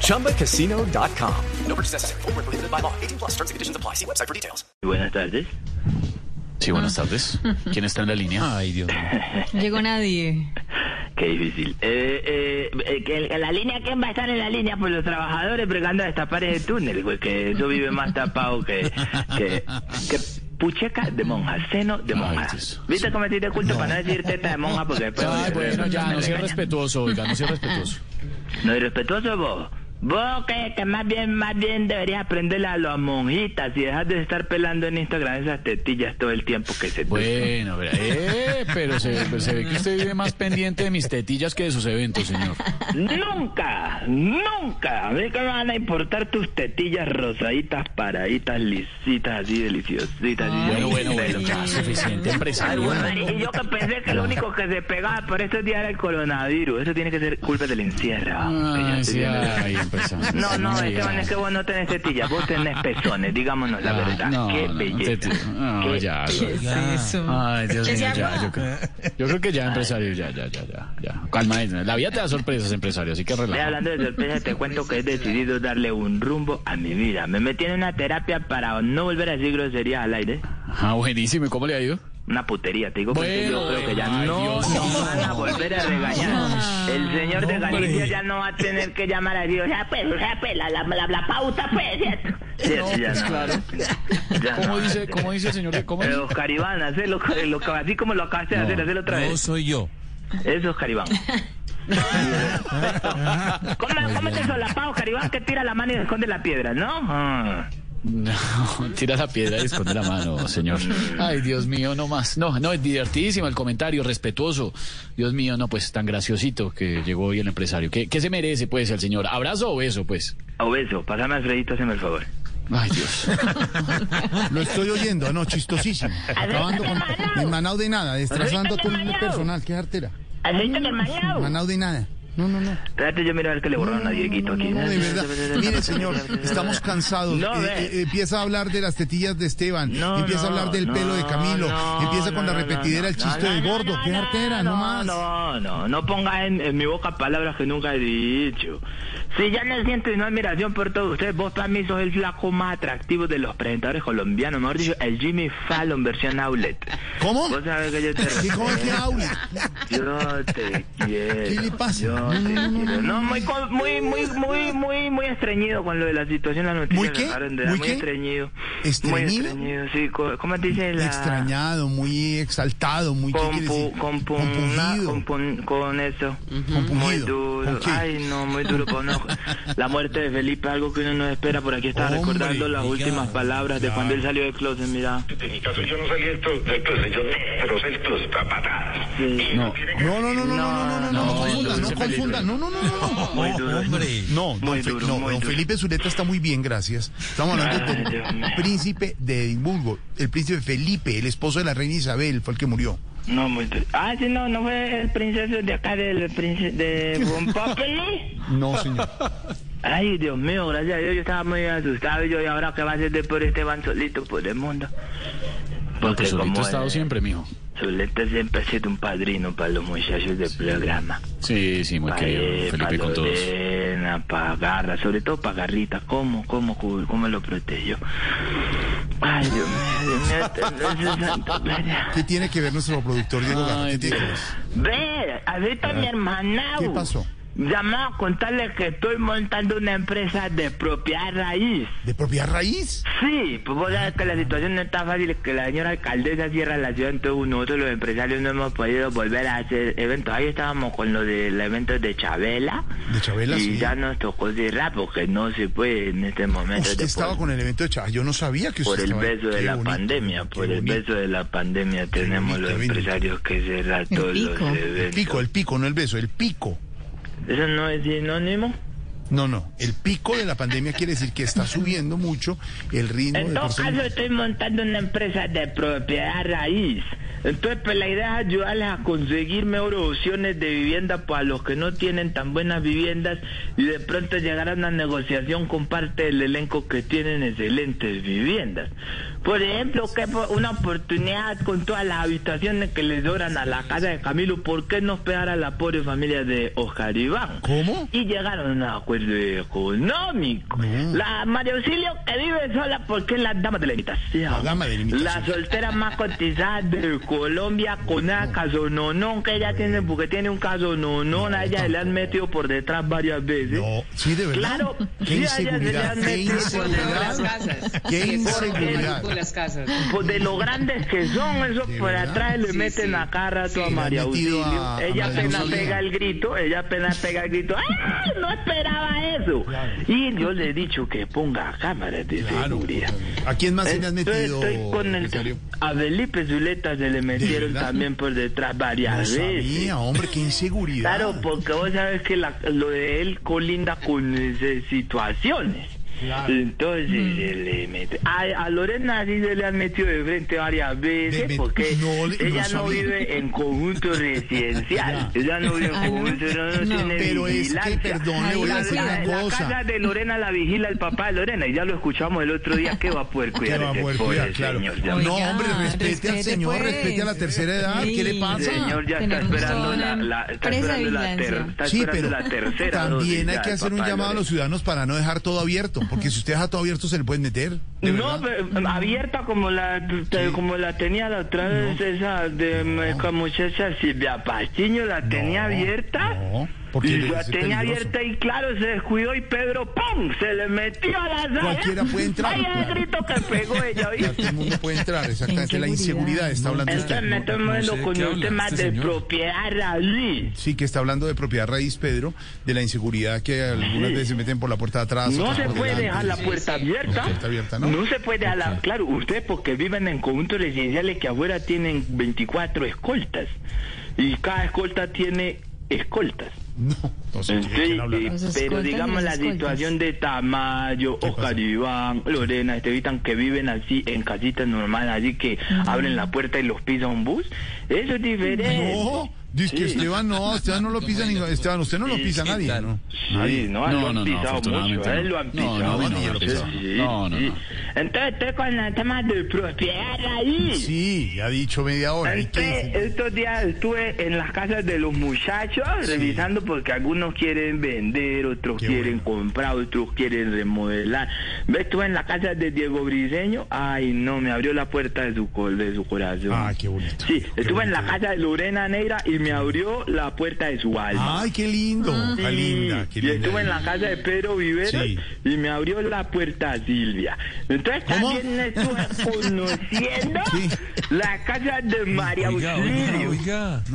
ChumbaCasino.com. No purchase necessary. Void where prohibited by law. 18 plus terms and conditions apply. See website for details. Buenas tardes. Sí, buenas tardes. ¿Quién está en la línea? Ah. Ay, Dios mío. Llegó nadie. Qué difícil. Eh, eh, eh, que el- la línea, ¿quién va a estar en la línea? Pues los trabajadores pregando a destapar ese túnel, güey, que eso vive más tapado que, que, que pucheca de monja, seno de monja. Ay, Dios. ¿Viste cómo te culto para no decir teta de monja? Porque después... Ay, bueno, ya, no sea No respetuoso, oiga, no sea respetuoso. No, irrespetuoso vos. Vos que, que más bien, más bien deberías aprenderle a las monjitas y dejar de estar pelando en Instagram esas tetillas todo el tiempo que se te... Bueno, verá, eh, pero se, se ve que usted vive más pendiente de mis tetillas que de sus eventos, señor. Nunca, nunca. A mí que me van a importar tus tetillas rosaditas, paraditas, lisitas, así deliciositas. así Bueno, de bueno, bueno, pelo. ya, suficiente Ay, empresario. güey, madre, y yo que pensé que lo único que se pegaba por estos días era el coronavirus. Eso tiene que ser culpa del encierro. Que ya estoy Ay, Ah, sí, viendo- ay, empresario. No, no, Sí, Esteban, ay. es que vos no tenés tetillas, vos tenés pezones, digámonos la Ah, verdad. no, Qué no, no, belleza. teti- no, Qué- ya, lo- ¿Qué es eso? Ah. Ay, Dios Que mío, se ya, haga. yo creo, yo creo que ya, empresario, ya, ya, ya, ya, ya. Calma, eh, la vida te da sorpresas, empresario, así que Ve, relaja. hablando de sorpresa, te cuento que he decidido darle un rumbo a mi vida. Me metí en una terapia para no volver a decir groserías al aire. Ah, buenísimo, ¿y cómo le ha ido? Una putería, te digo que Bueno, yo creo que ya ay, no Dios. nos van a volver a regañar. El señor de Galicia ya no va a tener que llamar a Dios. Ya pues, ya pues, la, la, la, la pauta pues, ¿cierto? ¿cierto? No, ya pues no. claro. Ya ¿Cómo no. dice, cómo dice el señor? ¿Cómo Eh, dice? Oscar Iván, hacelo, eh, lo, así como lo acabaste de hacer, hacelo otra No vez. soy yo. Es Oscar Iván. ¿Cómo, cómo te solapá, Oscar Iván, que tira la mano y esconde la piedra, no? Ah. No, tira la piedra y esconde la mano, señor. Ay, Dios mío, no más. No, no, es divertidísimo el comentario, respetuoso. Dios mío, no, pues tan graciosito que llegó hoy el empresario. ¿Qué, qué se merece, pues, el señor? ¿Abrazo o beso, pues? Obeso, pásame a Alfredito, hazme el favor. Ay, Dios. Lo estoy oyendo, no, chistosísimo. Acabando con. En Manao de nada, destrozando a todo el personal, qué artera. Alfredito que Manao de nada. No, no, no. Espérate, yo miro a ver que le borraron a Dieguito No, aquí. no, de verdad. Mire, señor, estamos cansados. No, Eh, ve. eh, empieza a hablar de las tetillas de Esteban. No, empieza a no, hablar del no, pelo de Camilo. no, empieza con no, no, la repetidera, no, el no, chiste no, de no, gordo. no, qué artera, no, más. No, no, no ponga en, en mi boca palabras que nunca he dicho. Si ya no siento no admiración por todos ustedes, vos para mí sos el flaco más atractivo de los presentadores colombianos. Mejor dicho, el Jimmy Fallon versión outlet. ¿Cómo? Vos sabés que yo te ¿Qué respeto. cómo que habla? Yo te quiero. ¿Qué le pasa? Yo te quiero. No, muy, con- muy, muy, muy, muy, muy estreñido con lo de la situación, las noticias ¿Muy que qué? dejaron de dar. ¿Muy Muy qué? estreñido. Muy ¿Estreñido? estreñido, sí. co- ¿Cómo te dice la...? Extrañado, muy exaltado, muy. ¿qué quiere Compu, decir? compuna, Compungido. compun- con eso. Muy Compungido. duro. ¿Con qué? Ay, no, muy duro. con ojo. La muerte de Felipe, algo que uno no espera. Por aquí estaba Hombre, recordando las diga, últimas palabras de cuando él salió del closet, mira. En mi caso, yo no salí del closet, del closet, yo destrocé el closet a patadas. Y No. tiene que- No, pues, no, no, no, no, no, no, no, no, No, confunda, no ese Felipe. confunda, no, no, no, no, no. Muy duro. Hombre. No, Muy don, Fe- duro, no, muy don duro. Felipe Zuleta está muy bien, gracias. Estamos hablando Ay, del Dios mío. príncipe de Edimburgo, el príncipe Felipe, el esposo de la reina Isabel, fue el que murió. No, muy duro. Ah, sí, no, no fue el princeso de acá, del princeso de Bon Populi. No, señor. Ay, Dios mío, gracias a Dios, yo estaba muy asustado. Y yo, ¿y ahora qué va a hacer de por Esteban solito por el mundo? No, pues solito como he estado el- siempre, mijo. Zuleta siempre ha sido un padrino para los muchachos del programa. Sí, sí, muy querido, Felipe, con todos. para Garra, sobre todo para Garrita, ¿cómo, cómo, cu- cómo lo protegió? Ay, Dios mío, este Dios mío, Dios mío, santo, vaya. ¿Qué tiene que ver nuestro productor Diego Garra? Ay, ¿Qué tiene que ver? Dios. Ve, ahorita mi hermana. ¿Qué pasó? Llamaba a contarle que estoy montando una empresa de propiedad raíz. ¿De propia raíz? Sí, pues vos sabes que la situación no está fácil, es que la señora alcaldesa cierra la ciudad, entonces nosotros los empresarios no hemos podido volver a hacer eventos. Ahí estábamos con los de los eventos de Chabela. De Chabela, y sí. ya nos tocó cerrar porque no se puede en este momento. Usted después, estaba con el evento de Chávez. Yo no sabía que usted por el estaba ahí. beso de Qué la bonito, pandemia, qué por el bonito. beso de la pandemia tenemos bonito los evento. empresarios que cerrar todos los pico. El El eventos. pico, el pico, no el beso, el pico. ¿Eso no es sinónimo? No, no. El pico de la pandemia quiere decir que está subiendo mucho el ritmo En de todo caso, personas. estoy montando una empresa de propiedad raíz. Entonces, pues la idea es ayudarles a conseguir mejores opciones de vivienda para los que no tienen tan buenas viviendas y de pronto llegar a una negociación con parte del elenco que tienen excelentes viviendas. Por ejemplo, que po- una oportunidad con todas las habitaciones que les doran a la casa de Camilo, ¿por qué no hospedar a la pobre familia de Oscar Iván? ¿Cómo? Y llegaron a un acuerdo económico. No. La María Auxilio que vive sola porque es la dama de la imitación. La dama de la imitación. La soltera más cotizada de Colombia con Mm. una casononón que ella tiene porque tiene un casononón. A ella se le han metido por detrás varias veces. No, sí, de verdad. Claro, Qué sí, a ella se le inseguridad, han qué metido por Las inseguridad. casas. Qué inseguridad. Con las casas. Pues de lo grandes que son, eso ¿De por verdad? atrás le Sí, meten sí. a cada rato a le han María metido Auxilio. a- a ella María apenas Auxilio. pega el grito, ella apenas pega el grito. ¡Ah! No esperaba eso. Y yo le he dicho que ponga cámaras de Claro. seguridad. ¿A quién más se le has Entonces, metido? estoy con el, Rosario? a Felipe Zuleta se le metieron verdad? también por detrás No varias veces. sabía, hombre, qué inseguridad. Claro, pues, porque vos sabes que la- lo de él colinda con eh, situaciones. Entonces Mm. se le mete. A, a Lorena sí se le han metido de frente varias Le veces met- porque no le- no ella no, sabía. vive en conjunto residencial. Ella no vive en Ah, ¿no? conjunto, no, no No. tiene Pero es que, vigilancia. perdón, le voy a La- decir la, una la cosa. casa de Lorena la vigila el papá de Lorena y ya lo escuchamos el otro día que va a poder Que cuidar va a ese poder pobre cuidar, claro. pues, señor. Ya- No, Oiga, hombre, respete, al respete, señor, pues. respete a la tercera edad. ¿Qué le Sí. pasa? El Este señor ya está Ah, Tenemos esperando una la, la- está presa de esperando la, ter- vigilancia. está Sí, esperando pero la tercera. dosis también hay ya que del hacer un papá de llamado a Lorena. los ciudadanos para no dejar todo abierto, porque si usted deja todo abierto se le pueden meter. de No, verdad. pero, eh, abierta como la te- como la tenía la otra vez esa de esa muchacha Silvia Patiño la tenía abierta. no, porque y le la dice tenía peligroso. abierta y claro, se descuidó y Pedro ¡pum! se le metió a la sala. Cualquiera puede entrar, Vaya el claro. grito que pegó ella, ¿oí? Todo el mundo puede entrar, exactamente. La inseguridad está hablando Entonces usted. Este me estoy moviendo con un tema este de propiedad raíz. Sí, que está hablando de propiedad raíz, Pedro, de la inseguridad que algunas veces se meten por la puerta de atrás. No otras se por puede delante. dejar la puerta La abierta. puerta abierta, ¿no? ¿no? se puede dejar la... Claro, ustedes porque viven en conjuntos residenciales que afuera tienen 24 escoltas. Y cada escolta tiene escoltas. No, no sé de Sí, quién hablará. eh, Los pero escoltas y digamos los la escoltas. situación de Tamayo, Oscar pasó? Iván, Lorena, Estevitan, que viven así en casitas normales, así que abren la puerta y los pisa un bus. Eso es diferente. No, dice que Sí. Esteban no, Esteban no lo pisa ningún. Esteban, usted no lo pisa a nadie. ¿no? Sí, no, No, lo han no, no, pisado mucho, afortunadamente a él no. lo han No, pisado. no, a mí no me mucho, lo pisaron. sí, No, no, sí. no. Entonces estoy con el tema de propiedad ahí. Sí, ya ha dicho media hora. ¿y qué Entonces, dice? estos días estuve en las casas de los muchachos revisando porque algunos quieren vender, otros Qué quieren comprar, otros quieren remodelar. Ve, Estuve en la casa de Diego Briseño, ay no, me abrió la puerta de su, col- de su corazón. Ah, qué bonito. Sí, Qué estuve en la bonito. casa de Lorena Neira y me abrió la puerta de su alma. Ay, qué lindo. Qué Sí, linda. Qué y linda. estuve en la casa de Pedro Viveros Sí. y me abrió la puerta a Silvia. Entonces ¿Cómo? también estuve conociendo Sí. la casa de María Auxilio.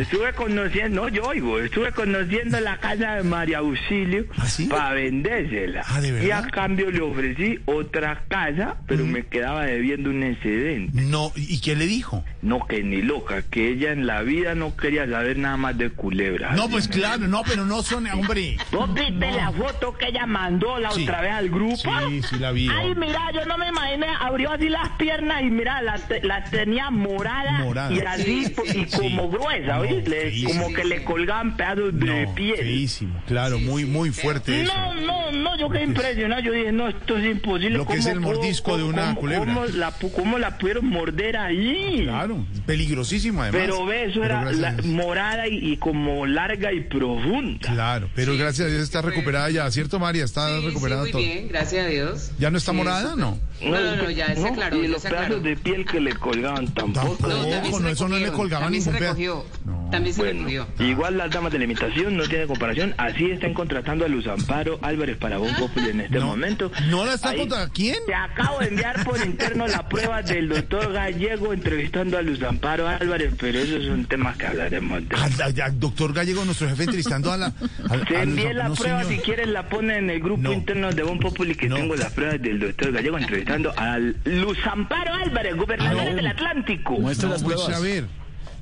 Estuve conociendo, yo oigo, estuve conociendo la casa de María Auxilio ¿Ah, sí? para vendérsela. Ah, ¿de y a verdad? cambio le ofrecí otra casa, pero me quedaba debiendo un excedente. No, ¿y qué le dijo? No, que ni loca, que ella en la vida no quería saber nada más de culebra. No, pues claro, no, pero no son, hombre. ¿Vos viste la foto que ella mandó la Sí. otra vez al grupo? Sí, sí la vi. Ay, mira, yo no me imaginé, abrió así las piernas y mira, las, te- las tenía moradas Moradas. y así, po- y sí. como gruesa, No, ¿oís? Le- feísimo. como que le colgaban pedazos de No, piel. feísimo. Claro, muy, muy fuerte eso. No, no, no, yo quedé impresionado. Yo dije, no, esto es imposible. Lo que es ¿Cómo- el mordisco cómo- de una cómo- culebra? ¿Cómo la, pu- cómo la pudieron morder ahí? Claro, peligrosísimo además. Pero ve, eso Pero era gracias a la- Dios. morada y, y como larga y profunda. Claro, pero gracias a Dios está recuperada ya, ¿cierto, María? Está Sí, sí, recuperada muy todo. bien, gracias a Dios. ¿Ya no está Sí, morada? súper. No. No, no, no, ya se aclaró. Y ya los se pedazos aclaró. de piel que le colgaban tampoco. Tampoco. No, también se Ojo, no, eso no le recogieron, colgaba También se ningún pedazo. recogió. No. También se Bueno, recogió. igual las damas de la imitación no tiene comparación. Así están contratando a Luz Amparo Álvarez para Bon Populi en este No. momento. ¿No la está Ahí- contra quién? Te acabo de enviar por interno la prueba del doctor Gallego entrevistando a Luz Amparo Álvarez, pero eso es un tema que hablaremos de. Al, al- al doctor Gallego, nuestro jefe entrevistando a la. al- Te a los- envié la no, prueba, señor. si quieres la pones en el grupo No. interno de Bon Populi que No. tengo las pruebas del doctor Gallego entrevistando a Luz Amparo Álvarez, gobernadora No. del Atlántico. Muestra No, las muestra pruebas. a ver.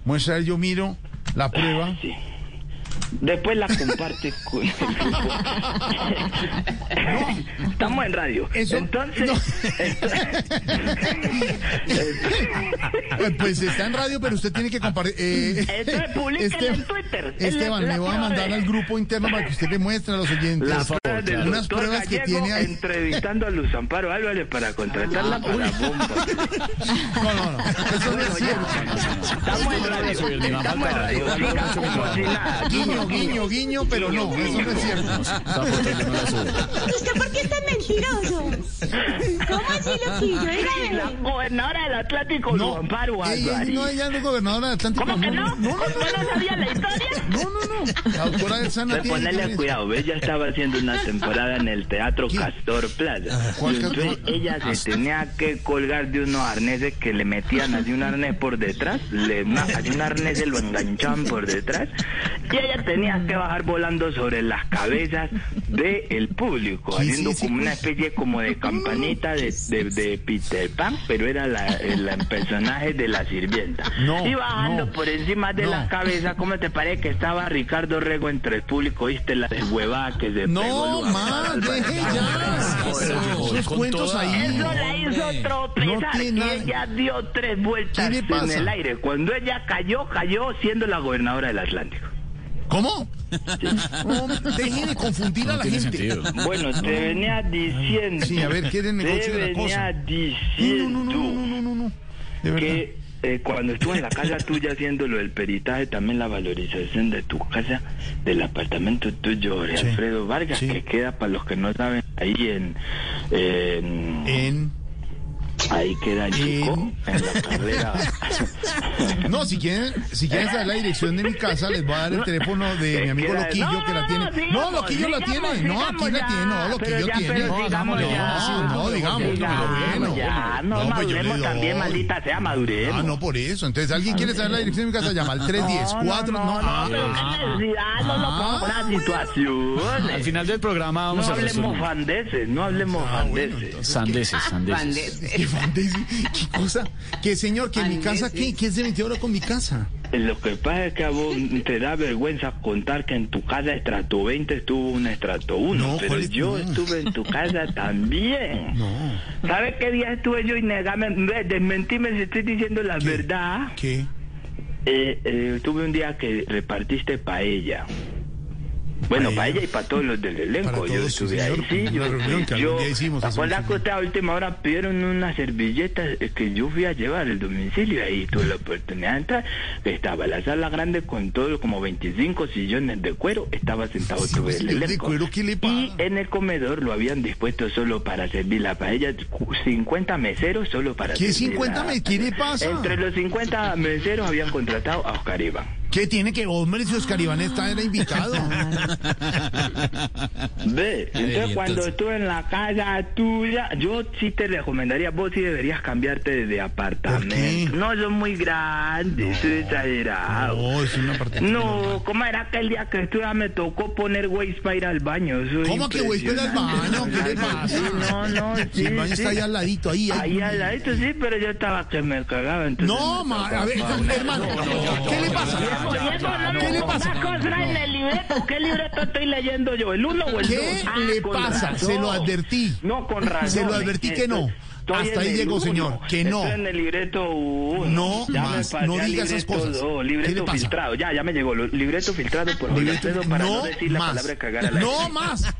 Muestra a ver, yo miro la prueba. Sí. Después la comparte con el grupo. Estamos en radio. Eso- Entonces, no. Eh, Pues está en radio, pero usted tiene que compartir. eh, Entonces, publíquela en Twitter. Es Esteban, la- la me voy a prueba mandar de- al grupo interno para que usted le muestre a los oyentes las pruebas del unas doctor pruebas que Gallego tiene ahí. entrevistando a Luz Amparo Álvarez para contratarla para bombas. No, no, no. Eso no es cierto. Estamos en radio. Eso es mi mamá Estamos en para- radio. Siga como si nada. Guiño, guiño, guiño, pero no, eso no es cierto. Esa foto yo no la subo. ¿Usted por qué es tan mentiroso? ¿Cómo así, loquillo? La Dígame. gobernadora del Atlántico, Luz Amparo ella Álvarez. no, ella no es gobernadora de Atlántico. ¿Cómo que no? No, no, no, ¿Usted no sabía la historia? no, no, no. La autora del Sana Pues tiene. ponerle tiene- cuidado, ella estaba haciendo una temporada en el Teatro Castor Plaza. ¿Cuál Y entonces Castor? ella se tenía que colgar de unos arneses que le metían así un arnés por detrás, le una- así un arnés se lo enganchaban por detrás, y ella tenía que bajar volando sobre las cabezas del público, Sí, haciendo sí, sí, como una pues. especie como de campanita de, de- de Peter Pan, pero era la, el personaje de la sirvienta. No, y bajando no. por encima de No. las cabezas, ¿cómo te parece que estaba Ricardo Rego entre el público? ¿Viste la huevada que se pegó? No, Luz Amparo más, Álvarez? deje ya. Sus cuentos ahí. Eso la hizo tropezar tiene y nada. ella dio tres vueltas ¿Qué le en pasa? el aire. Cuando ella cayó, cayó siendo la gobernadora del Atlántico. ¿Cómo? No, deje de confundir a No la tiene gente. sentido. Bueno, te venía diciendo. Sí, a ver, ¿qué de Te negocio de la cosa? venía No, diciendo. no, no, no, no, no, no. De verdad. que eh, cuando estuve en la casa tuya haciéndolo el peritaje, también la valorización de tu casa, del apartamento tuyo, Jorge Sí. Alfredo Vargas, Sí. que queda para los que no saben, ahí en. en- En... ahí queda el chico, eh, en la carrera. No, si quieren, si quieren saber la dirección de mi casa, les voy a dar el teléfono de mi amigo queda- Loquillo no, que la no, tiene. no, No, sigamos, Loquillo la sigamos, tiene. No, aquí sigamos la tiene. No, ya, Loquillo pero ya, tiene. pero No, sigamos no, ya. no, digamos. Sigamos Bueno, ya, no, pues yo le maduremos doy. también, maldita sea, maduremos. Ah, no, por eso. Entonces, ¿alguien quiere saber la dirección de mi casa? Llama al 310 4 No, ah, pero qué ah, necesidad, no lo Ah, pongo en situaciones. Al final del programa No vamos a hablemos resolver. fandeses, no hablemos Ah, bueno, fandeses. entonces, Sandeces, sandeces. Vandes. ¿Qué, fantasía, qué cosa? ¿Qué señor? ¿Que mi casa qué? ¿Qué se metió ahora con mi casa? Lo que pasa es que a vos te da vergüenza contar que en tu casa estrato 20 estuvo un estrato 1, No, pero ¿cuál es? yo No. estuve en tu casa también. ¿Sabes qué día estuve yo y negame, ve, desmentime si estoy diciendo la verdad? ¿Qué? Eh, eh, tuve un día que repartiste paella. Bueno, Paella. paella, y para todos los del Para elenco. todos, yo sí, estuve señor, ahí. Sí, una yo, reunión que algún yo- día hicimos, hace ¿Recuerdas mucho que usted a última hora pidieron unas servilletas eh, que yo fui a llevar al domicilio? Ahí tuve la oportunidad de entrar. Estaba la sala grande con todo, como 25 sillones de cuero. Estaba sentado todo el sillones de elenco. cuero, ¿qué le pasa? Y en el comedor lo habían dispuesto solo para servir la paella. cu- 50 meseros solo para ¿Qué servir 50 la- me- qué le pasa? Entre los 50 meseros habían contratado a Oscar Iván. ¿Qué tiene que hombre si Oscar Iván está era invitado? Ve, entonces cuando estuve en la casa tuya, yo sí te recomendaría, vos sí deberías cambiarte de qué? apartamento. No, son muy grandes, soy exagerado. Ah, No, es una parte. No, ¿cómo era que el día que estuve me tocó poner güey para ir al baño? Eso es ¿Cómo que güey para ir al baño? ¿Qué le pasa? No, no, sí, Si el baño sí. está ahí al ladito, ahí. Ahí al ladito, sí, pero yo estaba que me cagaba. Entonces No, me ma, tocó a ver, poner- hermano, ¿qué le pasa? ¿Qué le pasa? cosa en el libreto? ¿Qué libreto estoy leyendo yo? ¿El uno o el ¿Qué dos? Ah, le con pasa? razón. Se lo advertí. No, con razón. Se lo advertí que no. Hasta ahí en el llegó, señor, que no. Estoy en el libreto uno. No Ya me más, pasé no al diga esas libreto cosas. dos, ¿Qué le libreto pasa? filtrado. Ya, ya me llegó. lo- Libreto filtrado por Jorge Libreto- Alfredo para no, decir la palabra cagar a la No más.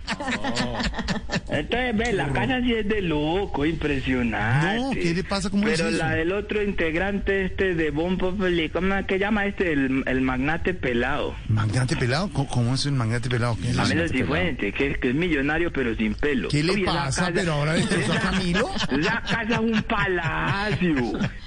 entonces, ve, la casa sí es de loco, impresionante. No, ¿qué le pasa? ¿Cómo Pero es eso? la del otro integrante este de Bon Populi, ¿cómo es que llama este? El, el magnate pelado. ¿Magnate pelado? ¿Cómo, cómo es el magnate pelado? ¿Qué, A es eso? menos Cifuentes, que, que es millonario pero sin pelo. ¿Qué le Oye, la pasa? casa- Pero ahora destrozó a Camilo. La casa es un palacio.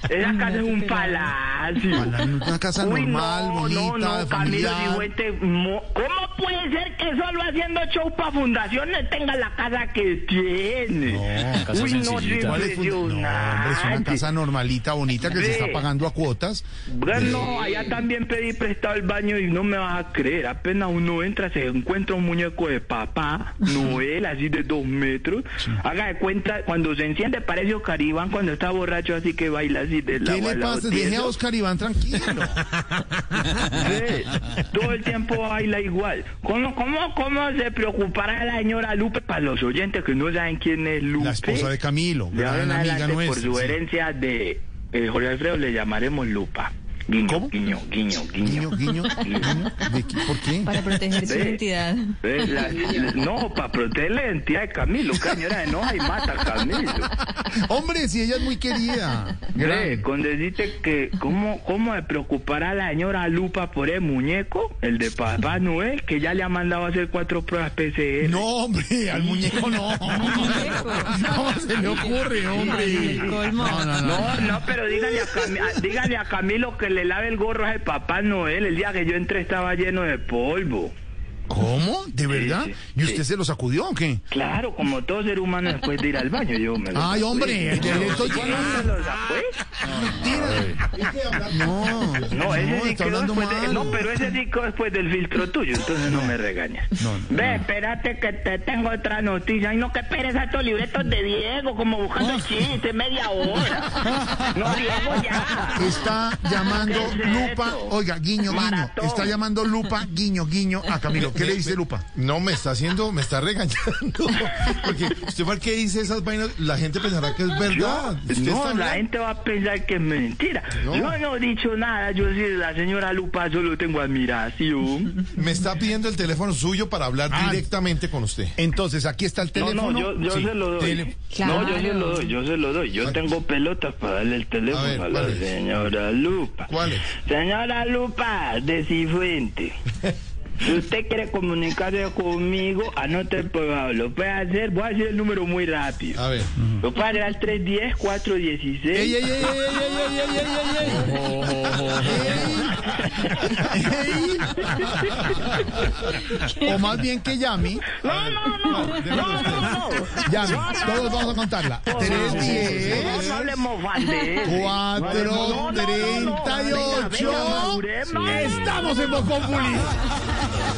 Esa casa es un palacio. Una casa Uy, normal, no, no, bonita, no, Camilo familiar. Cifuentes, mo- ¿cómo puede ser que solo haciendo show para fundaciones tenga la casa que tiene. No, casa Uy, no, sencillita. ¿Cuál es fun- No, hombre, es una impresionante. casa normalita, bonita, que se está Ve. pagando a cuotas. Bueno, allá también pedí prestado el baño y no me vas a creer. Apenas uno entra, se encuentra un muñeco de papá, Noel, así de dos metros. Haga de cuenta, cuando se enciende parece Oscar Iván cuando está borracho, así que baila así de la ¿Qué le pasa? Deje a Oscar Iván tranquilo. Sí, todo el tiempo baila igual. ¿Cómo, cómo, cómo se preocupará la señora Lupe para los oyentes que no saben quién es Lupe? La esposa de Camilo, De ahora en gran amiga adelante, por nuestra. su sí. herencia de eh, Jorge Alfredo le llamaremos Lupa. Guiño, ¿Cómo? guiño, guiño, guiño. Guiño, guiño, guiño. ¿De qué- ¿Por qué? para proteger su Ve. identidad. Eh, la- la- no, para proteger la identidad de Camilo, que la señora enoja y mata a Camilo. Hombre, si ella es muy querida. Eh, con decirte que, ¿cómo, ¿cómo se preocupará la señora Lupa por el muñeco, el de Papá Noel, que ya le ha mandado a hacer cuatro pruebas PCR? No, hombre, al muñeco no. ¿Cómo se le ocurre, hombre? El colmo. No, no, no. No, no, pero dígale a, Cami- a- dígale a Camilo que le lave el gorro a Papá Noel. El día que yo entré estaba lleno de polvo. ¿Cómo? ¿De verdad? sí, ¿Y usted se lo sacudió o qué? Claro, como todo ser humano después de ir al baño, yo me lo Ay, hombre, el que le estoy ¿Me llamando. lo Pues, sacudí? Mentira. No, No, ese sí está quedó hablando después de- mal. no, pero ese sí quedó después del filtro tuyo, entonces no me regañes. No, no, Ve, espérate que te tengo otra noticia. Ay, no, que pereza estos libretos de Diego, como buscando el chiste, media hora. No, Diego, ya. Está llamando ¿Qué es Lupa, eso? oiga, guiño, guiño. Maratón. Está llamando Lupa, guiño, guiño a Camilo. ¿Qué le dice Lupa? No, me está haciendo, me está regañando. Porque usted fue el que dice esas vainas, la gente pensará que es verdad. Usted No, está la hablando- gente va a pensar que es mentira. No. Yo no he dicho nada, yo sí, la señora Lupa solo tengo admiración. Me está pidiendo el teléfono suyo para hablar Ah. directamente con usted. Entonces, aquí está el No, teléfono. no, yo, yo Sí, se lo doy. tele- No, yo se lo doy, yo se lo doy. Yo tengo pelotas para darle el teléfono A ver, a, la ¿cuál es? señora Lupa. ¿Cuál es? Señora Lupa, de Cifuente. Si usted quiere comunicarse conmigo, anote el favor. Lo puede hacer, voy a hacer el número muy rápido. A ver. Lo puede hacer al 310-416. Ey, ey, ey, ey, ey, ey, ey, ey, ey, ey. Ey. O más bien que llame. No, no, no. No, no, no. Llame. Todos vamos a contarla. No, 310. No hablemos mal de eso. Cuatro, No, no, no, no. treinta y Venga, venga, ocho. madurez, no, no, no. Estamos en Bocópolis.